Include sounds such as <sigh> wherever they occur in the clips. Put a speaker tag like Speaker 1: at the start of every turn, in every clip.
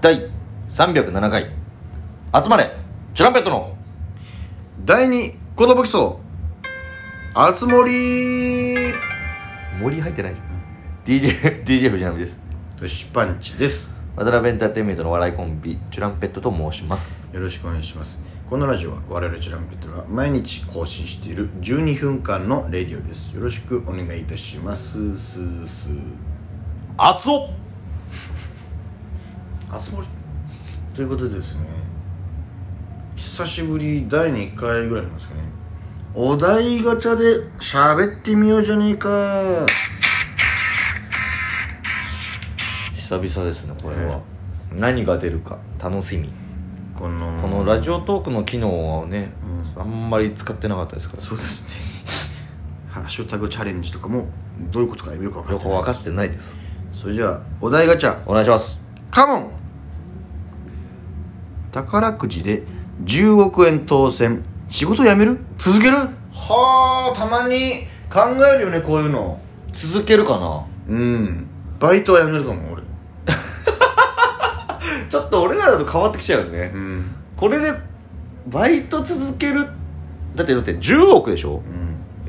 Speaker 1: 第307回集まれチュランペットの
Speaker 2: 第2コラボ基礎あつ森
Speaker 1: 森入ってないじゃん DJ, DJ 藤波です
Speaker 2: トシパンチです
Speaker 1: 渡辺エンターテインメントの笑いコンビチュランペットと申します
Speaker 2: よろしくお願いしますこのラジオは我々チュランペットが毎日更新している12分間のレディオですよろしくお願いいたしますスース
Speaker 1: あつお
Speaker 2: ーあつ森ということでですね久しぶり第2回ぐらいなんですかねお題ガチャで喋ってみようじゃねえか
Speaker 1: 久々ですねこれは、何が出るか楽しみ
Speaker 2: この
Speaker 1: このラジオトークの機能はね、
Speaker 2: うん
Speaker 1: あんまり使ってなかったですから
Speaker 2: そう <laughs> ですね。ハッシュタグチャレンジとかもどういうことかよく分か
Speaker 1: よ
Speaker 2: っ
Speaker 1: く
Speaker 2: てない
Speaker 1: 分かってないです
Speaker 2: それじゃあお題ガチャ
Speaker 1: お願いします
Speaker 2: カモン宝くじで10億円当選仕事辞める続けるはあたまに考えるよねこういうの
Speaker 1: 続けるかな
Speaker 2: うんバイトは辞めると思う俺
Speaker 1: ちょっと俺らだと変わってきちゃうよね
Speaker 2: うん、
Speaker 1: これでバイト続けるだってだって10億でしょ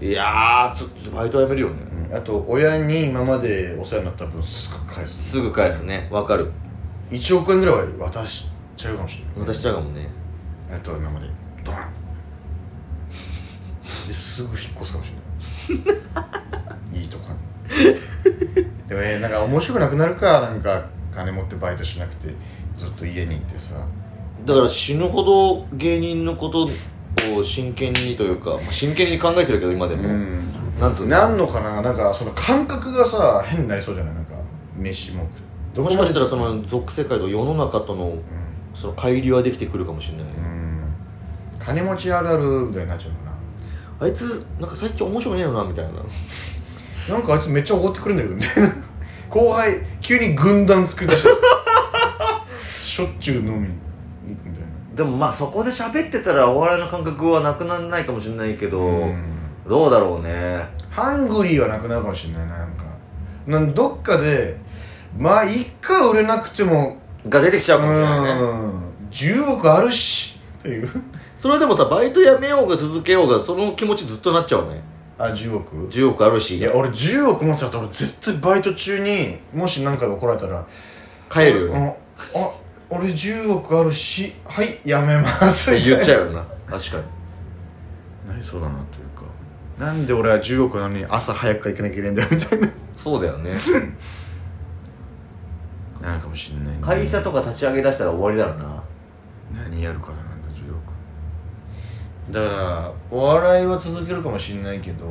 Speaker 1: いやーちょちょバイトはやめるよね
Speaker 2: うん、あと親に今までお世話になった分すぐ返す
Speaker 1: すぐ返すねわかる
Speaker 2: 1億円ぐらいは渡しちゃうかもしれない
Speaker 1: 私ちゃうかもね
Speaker 2: えっと今までドンですぐ引っ越すかもしれな
Speaker 1: <laughs>
Speaker 2: いいいとこにでもねなんか面白くなくなるかなんか金持ってバイトしなくてずっと家にいてさ
Speaker 1: だから死ぬほど芸人のことを真剣にというかまあ真剣に考えてるけど今でも、なんつうの
Speaker 2: なんのかななんかその感覚がさ変になりそうじゃないなんか飯も食
Speaker 1: も
Speaker 2: っ
Speaker 1: しかしたらその属世界と世の中との
Speaker 2: う
Speaker 1: その乖離はできてくるかもしれない、
Speaker 2: ん、うん、金持ちあるあるみたいになっちゃう
Speaker 1: あ
Speaker 2: かな
Speaker 1: いつなんか最近面白くねえよなみたいな
Speaker 2: なんかあいつめっちゃ怒ってくるんだけどみたいな <laughs> 後輩急に軍団作り出した <laughs> しょっちゅう飲みに行くみたい
Speaker 1: でもまあそこで喋ってたらお笑いの感覚はなくならないかもしれないけど、
Speaker 2: な
Speaker 1: どうだろうね
Speaker 2: ハングリーはなくなるかもしれないななんかなんどっかでまあ一回売れなくても
Speaker 1: が出てきち
Speaker 2: う
Speaker 1: ゃうかもしれないね
Speaker 2: ん10億あるしっていう
Speaker 1: それでもさバイトやめようが続けようがその気持ちずっとなっちゃうね
Speaker 2: あ10億
Speaker 1: 10億あるし
Speaker 2: いや俺10億持っちゃったら俺絶対バイト中にもし何かで怒られたら
Speaker 1: 帰るよね
Speaker 2: ああ俺10億あるしはいやめます
Speaker 1: って言っち
Speaker 2: う
Speaker 1: ゃうよな確かに
Speaker 2: なりそうだなというかなんで俺は10億なのに朝早くから行かなきゃいけないんだよみたいな
Speaker 1: そうだよね
Speaker 2: なるかもしんない、
Speaker 1: <laughs>
Speaker 2: ね
Speaker 1: 会社とか立ち上げ出したら終わりだろうな
Speaker 2: 何やるからなんだ10億だからお笑いは続けるかもしんないけど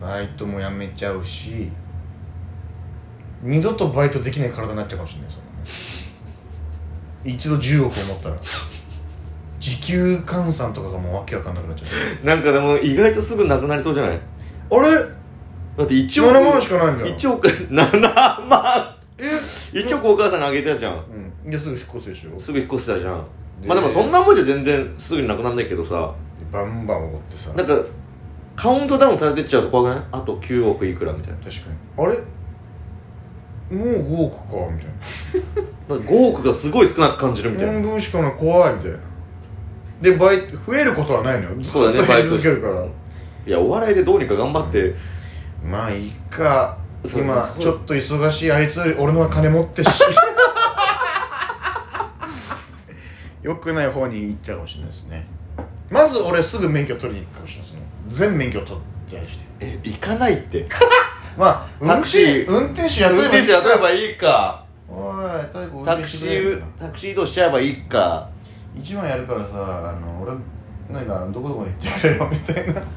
Speaker 2: バイトもやめちゃうし二度とバイトできない体になっちゃうかもしんないその一度10億を持ったら時給換算とかがもうわけわかんなくなっちゃう
Speaker 1: なんかでも意外とすぐなくなりそうじゃない
Speaker 2: あれ
Speaker 1: だって1億
Speaker 2: 7万しかないんだよ
Speaker 1: 1億7万
Speaker 2: え
Speaker 1: 1億お母さんにあげてたじゃん
Speaker 2: うんですぐ引っ越すでしょ
Speaker 1: すぐ引っ越してたじゃん
Speaker 2: で
Speaker 1: まあでもそんなもんじゃ全然すぐになくなんないけどさ
Speaker 2: バンバン怒ってさ
Speaker 1: なんかカウントダウンされてっちゃうと怖くないあと9億いくらみたいな
Speaker 2: 確かにあれもう5億かみたい
Speaker 1: なんか5億がすごい少なく感じるみたい
Speaker 2: な
Speaker 1: な、
Speaker 2: 半分しかない怖いみたいなでバイト増えることはないのよず
Speaker 1: そうだ
Speaker 2: っ
Speaker 1: ね
Speaker 2: と
Speaker 1: バ
Speaker 2: や
Speaker 1: イ
Speaker 2: り
Speaker 1: ト
Speaker 2: 続けるから、
Speaker 1: いやお笑いでどうにか頑張って、
Speaker 2: まあいいか
Speaker 1: そう
Speaker 2: 今
Speaker 1: そう
Speaker 2: ちょっと忙しいあいつより俺のは金持ってっし
Speaker 1: <laughs>
Speaker 2: よくない方に行っちゃうかもしれないですねまず俺すぐ免許取りに行くかもしれないですね全免許取ってして
Speaker 1: え行かないって
Speaker 2: まあ
Speaker 1: タクシー
Speaker 2: 運転手
Speaker 1: 運
Speaker 2: 運転手
Speaker 1: 転
Speaker 2: 雇
Speaker 1: 手
Speaker 2: えば
Speaker 1: 雇えばいいか
Speaker 2: おい太鼓運
Speaker 1: タ
Speaker 2: 転
Speaker 1: ク
Speaker 2: し
Speaker 1: シ
Speaker 2: てくれみたい
Speaker 1: ー
Speaker 2: な
Speaker 1: タクシー移動しちゃえばいいか
Speaker 2: 一番やるからさあの俺なんかどこどこで行ってくれよみたいな確か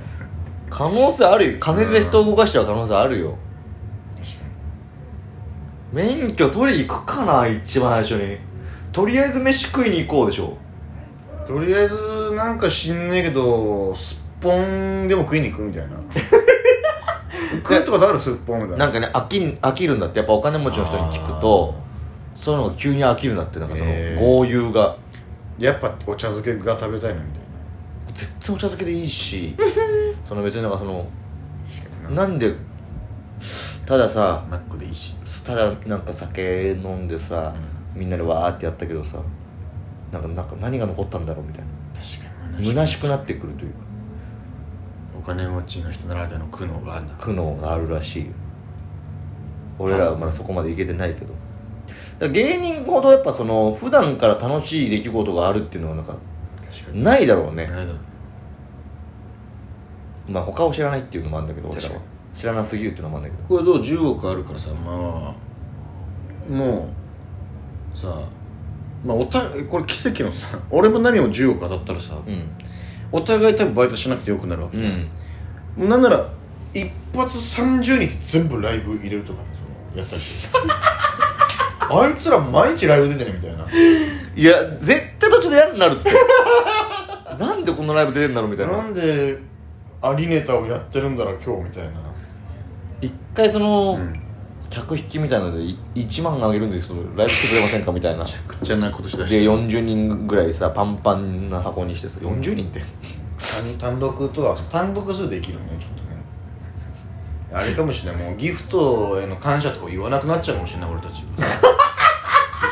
Speaker 1: 可能性あるよ金で人を動かしちゃう可能性あるよ免許取り行くかな一番最初にとりあえず飯食いに行こうでしょ
Speaker 2: にとりあえずなんか知んねえけどすっぽんでも食いに行くみたい <laughs> な食うとかだろすっぽんみたいな
Speaker 1: なんかね飽き飽きるんだってやっぱお金持ちの人に聞くとそういうのが急に飽きるんだってなんかその
Speaker 2: へー
Speaker 1: 豪遊が
Speaker 2: やっぱお茶漬けが食べたいなみたい
Speaker 1: 絶対お茶漬けでいいしその別になんかその
Speaker 2: な
Speaker 1: なんでたださ
Speaker 2: マックでいいし
Speaker 1: すただなんか酒飲んでさ、みんなでわーってやったけどさなんかなんか何が残ったんだろうみたいな
Speaker 2: 確かに
Speaker 1: 虚しくなってくるというか
Speaker 2: お金持ちの人ならではの苦悩があるな
Speaker 1: 苦悩があるらしいよ俺らはまだそこまでいけてないけどだから芸人ほどやっぱその普段から楽しい出来事があるっていうのはなんか
Speaker 2: 確かに
Speaker 1: ないだろうね、
Speaker 2: ないだろうね
Speaker 1: まあ他を知らないっていうのもあるんだけど俺ら
Speaker 2: 確
Speaker 1: は
Speaker 2: か
Speaker 1: 知らなすぎるっていうのもあるんだけど
Speaker 2: これどう10億あるからさまあもうさまあおたこれ奇跡のさ <laughs> 俺も何も10億当たったらさ、
Speaker 1: うん
Speaker 2: お互い多分バイトしなくてよくなるわけ
Speaker 1: う
Speaker 2: じゃん
Speaker 1: ん、
Speaker 2: なんなら一発30日全部ライブ入れるとかねそのやったり <laughs> してあいつら毎日ライブ出てねみたいない
Speaker 1: や絶対途中で嫌になるって <laughs> なんでこんなライブ出てんだろうみたいな
Speaker 2: なんでアリネタをやってるんだろう今日みたいな
Speaker 1: 一回その、
Speaker 2: うん
Speaker 1: 客引きみたいなのでい1万あげるんですけどライブしてくれませんかみたい <laughs> な
Speaker 2: くっちゃなことしだ
Speaker 1: で40人ぐらいさパンパンな箱にしてさ40人って
Speaker 2: 単単独とは単独数できるねちょっとねあれかもしれないもうギフトへの感謝とか言わなくなっちゃうかもしれない
Speaker 1: <laughs>
Speaker 2: 俺たち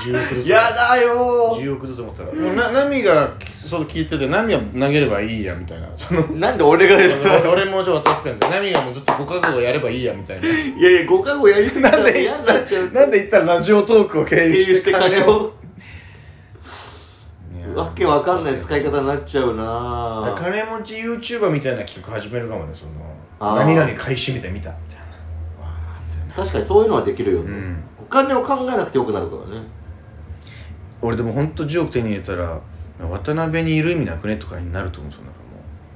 Speaker 2: 10億ずつ
Speaker 1: だよ
Speaker 2: 10億ずつ持ったらもうなナミがその聞いててナミは投げればいいやみたいなその <laughs>
Speaker 1: なんで俺が
Speaker 2: 俺俺もちょっと渡すからみたいなナミがもうずっとご覚悟やればいいやみたいな
Speaker 1: いやいや5回もやりすぎたら嫌になっちゃう
Speaker 2: なんで言ったらラジオトークを
Speaker 1: 経
Speaker 2: 経由
Speaker 1: 由
Speaker 2: して
Speaker 1: して金を
Speaker 2: いや
Speaker 1: わけわかんない使い方になっちゃうなぁ
Speaker 2: 金持ち YouTuber みたいな企画始めるかもねその
Speaker 1: あー
Speaker 2: 何々開始みたいな見たみたいなわーみたいな
Speaker 1: 確かにそういうのはできるよね、
Speaker 2: うん
Speaker 1: お金を考えなくてよくなるからね
Speaker 2: 俺でも本当10億手に入れたら渡辺にいる意味なくねとかになると思うそのなんかも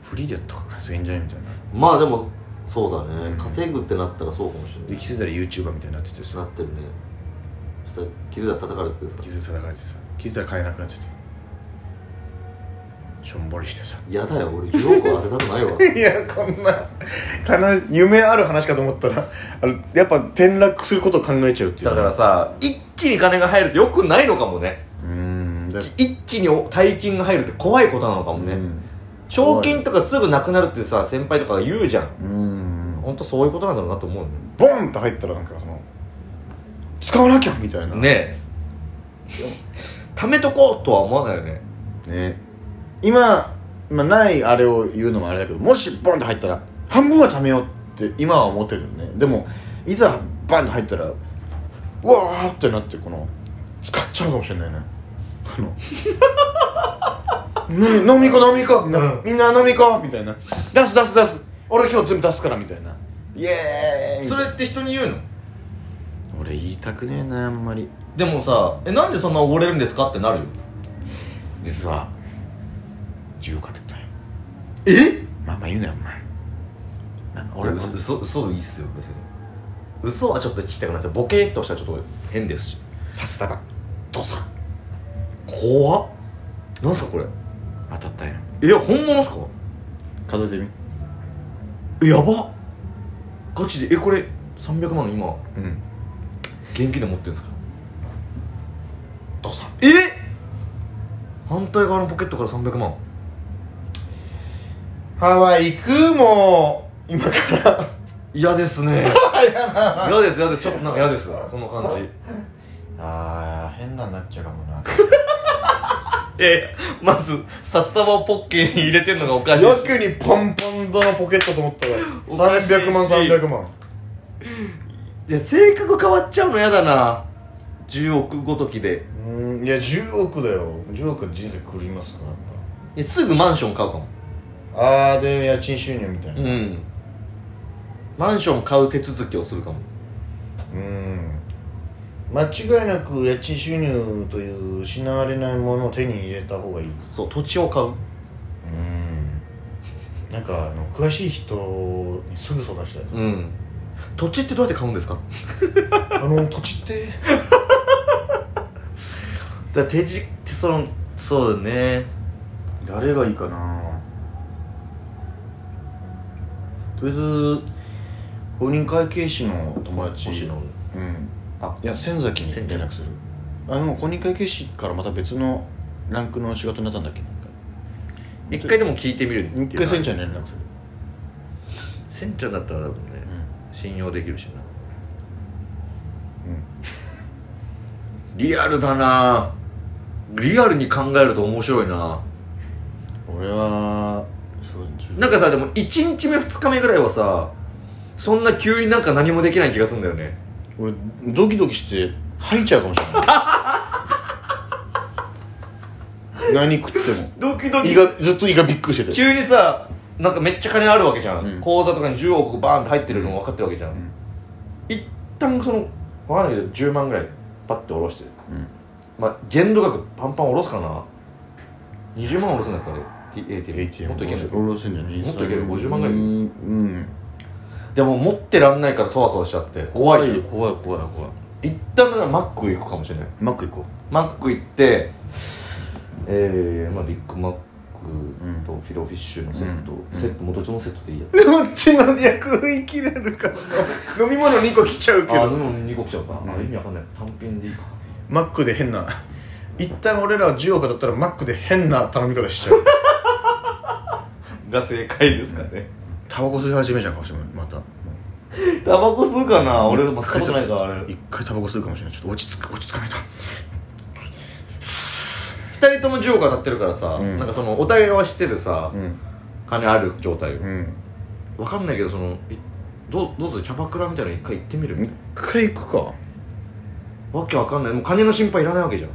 Speaker 2: うフリーでとか稼げんじゃねみたいな
Speaker 1: まあでもそうだね、
Speaker 2: うん
Speaker 1: 稼ぐってなったらそうかもしれない
Speaker 2: で気づいたら YouTuber みたいになってて
Speaker 1: な
Speaker 2: さ
Speaker 1: ってるねそしたら気づいたら叩かれてる
Speaker 2: 気
Speaker 1: さ
Speaker 2: づいたら戦えてさ気づいたら買えなくなっててしょんぼりしてさ
Speaker 1: 嫌だよ俺10億は当てたくないわ
Speaker 2: いやこんな悲夢ある話かと思ったらあのやっぱ転落することを考えちゃうっていう
Speaker 1: <laughs> だからさ一気に金が入るってよくないのかもね
Speaker 2: うーんだ
Speaker 1: 一気に大金が入るって怖いことなのかもね、
Speaker 2: うん
Speaker 1: 賞金とかすぐなくなるってさ先輩とかが言うじゃん
Speaker 2: うーん
Speaker 1: 本当そういうことなんだろうなと思うよね
Speaker 2: ボンって入ったらなんかその使わなきゃみたいな
Speaker 1: ねえ貯めとこうとは思わないよね
Speaker 2: ね今、まあ、ないあれを言うのもあれだけどもしボンって入ったら半分は貯めようって今は思ってるよねでもいざバンって入ったらうわーってなってこの使っちゃうかもしれないねあの <laughs> 飲み飲み行こう飲み行こうみんなみんな飲み行こうみたいな出す出す出す俺今日全部出すからみたいなイエーイ
Speaker 1: それって人に言うの
Speaker 2: 俺言いたくねえなあんまり
Speaker 1: でもさえなんでそんな溺れるんですかってなるよ
Speaker 2: 実は10買ってたよ
Speaker 1: え
Speaker 2: まあまあ言うなよお前まあ
Speaker 1: 俺
Speaker 2: まあ
Speaker 1: 嘘嘘いいっすよ別に嘘はちょっと聞きたくなっちゃうボケっとしたらちょっと変ですし
Speaker 2: さすが父さん
Speaker 1: 怖っなんすかこれ
Speaker 2: 当たったよ
Speaker 1: いや本物っすか
Speaker 2: 数えてみ
Speaker 1: えやばっガチでえこれ300万今
Speaker 2: うん
Speaker 1: 現金で持ってるんですか
Speaker 2: 父さん
Speaker 1: え反対側のポケットから300万
Speaker 2: ハワイ行くもう今から
Speaker 1: 嫌ですね <laughs> 嫌です嫌ですちょっとなんか嫌ですその感じ
Speaker 2: あー変なになっちゃうかもなよ
Speaker 1: <laughs> えまず札束をポッケに入れてんのがおかしいし
Speaker 2: くにポンポンドのポケットと思った
Speaker 1: お
Speaker 2: ら
Speaker 1: かしいし
Speaker 2: 300万300万
Speaker 1: いや性格変わっちゃうの嫌だな10億ごときで
Speaker 2: うんいや10億だよ10億は人生狂いますからやっ
Speaker 1: えすぐマンション買うかも
Speaker 2: ぱあーで家賃収入みたいな
Speaker 1: うんマンション買う手続きをするかも
Speaker 2: うん間違いなく家賃収入という失われないものを手に入れた方がいい
Speaker 1: そう土地を買う
Speaker 2: うんなんかあの詳しい人にすぐ相談したい
Speaker 1: うん土地ってどうやって買うんですか
Speaker 2: あの土地って
Speaker 1: だから手じってそのそうだね
Speaker 2: 誰がいいかなとりあえず公認会計士の友達
Speaker 1: 星野
Speaker 2: うん
Speaker 1: あ
Speaker 2: いや仙崎に連絡するあの公認会計士からまた別のランクの仕事になったんだっけなんか
Speaker 1: 一回でも聞いてみる
Speaker 2: 一回船長に連絡する、
Speaker 1: 船長だったら多分ね信用できるしなリアルだなリアルに考えると面白いな
Speaker 2: うん、俺はそう
Speaker 1: なんかさでも1日目2日目ぐらいはさそんな急になんか何もできない気がするんだよね
Speaker 2: 俺ドキドキして吐いちゃうかもしれない何食っても
Speaker 1: ドキド
Speaker 2: 胃がずっと胃がびっくりして
Speaker 1: <laughs>
Speaker 2: て
Speaker 1: 急にさなんかめっちゃ金あるわけじゃん、
Speaker 2: うん
Speaker 1: 口座とかに10億バーンって入ってるのも分かってるわけじゃん、
Speaker 2: ん
Speaker 1: 一旦その分かんないけど10万ぐらいパッて下ろして
Speaker 2: うん
Speaker 1: まあ限度額パンパン下ろすかな20万下ろすんだっけあれ T- ATM もっといけんだっけ
Speaker 2: 下ろせんじゃない
Speaker 1: もっといける50万ぐらい
Speaker 2: うんうん
Speaker 1: でも持ってらんないからそわそわしちゃって怖いじゃん
Speaker 2: 怖い怖い怖い
Speaker 1: 一旦だからマック行くかもしれない
Speaker 2: マック行こ
Speaker 1: マック行ってえー、まあビッグマックとフィロフィッシュのセット、
Speaker 2: うん
Speaker 1: セットもうどっちもセットでいいや
Speaker 2: うどっちの役食い切れるか飲み物2個来ちゃうけ
Speaker 1: あ、で
Speaker 2: ど
Speaker 1: も2個来ちゃうか、あ
Speaker 2: うん
Speaker 1: 意味わかんない単品でいいか
Speaker 2: マックで変な一旦俺ら10億だったらマックで変な頼み方しちゃ
Speaker 1: <laughs>
Speaker 2: う
Speaker 1: が正解ですかね
Speaker 2: タバコ吸い始めちゃうかもしれないまた
Speaker 1: タバコ吸うかな俺でも吸ったことないからあれ
Speaker 2: 一回タバコ吸うかもしれないちょっと落ち着く落ち着かないと
Speaker 1: 2人とも10億当たってるからさ、
Speaker 2: うん
Speaker 1: なんかそのお互いは知っててさ、
Speaker 2: ん
Speaker 1: 金ある状態を
Speaker 2: うん
Speaker 1: 分かんないけどそのいどうどうするキャバクラみたいなの一回行ってみるみた
Speaker 2: 一
Speaker 1: い
Speaker 2: 回行くか
Speaker 1: なわけわかんないもう金の心配いらないわけじゃん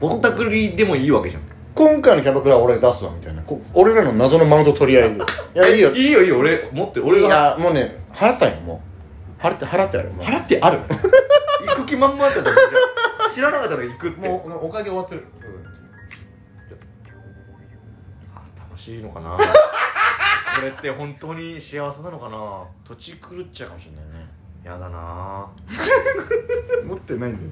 Speaker 1: ぼったくりでもいいわけじゃん
Speaker 2: 今回のキャバクラは俺出すわみたいなこ俺らの謎のマウント取り合いで <laughs> いやいいよ
Speaker 1: いいよいいよ俺持って俺
Speaker 2: い
Speaker 1: が
Speaker 2: やもうね払ったんよもう払って払ってやるもう
Speaker 1: 払って <laughs> ある行く気満々だったじゃんじゃあ知らなかったら行くって
Speaker 2: もうもうおかげ終わってる
Speaker 1: あ楽しいのか <laughs> なこれって本当に幸せなのかな
Speaker 2: 土地狂っちゃうかもしれないね
Speaker 1: やだな
Speaker 2: 持ってないんだよ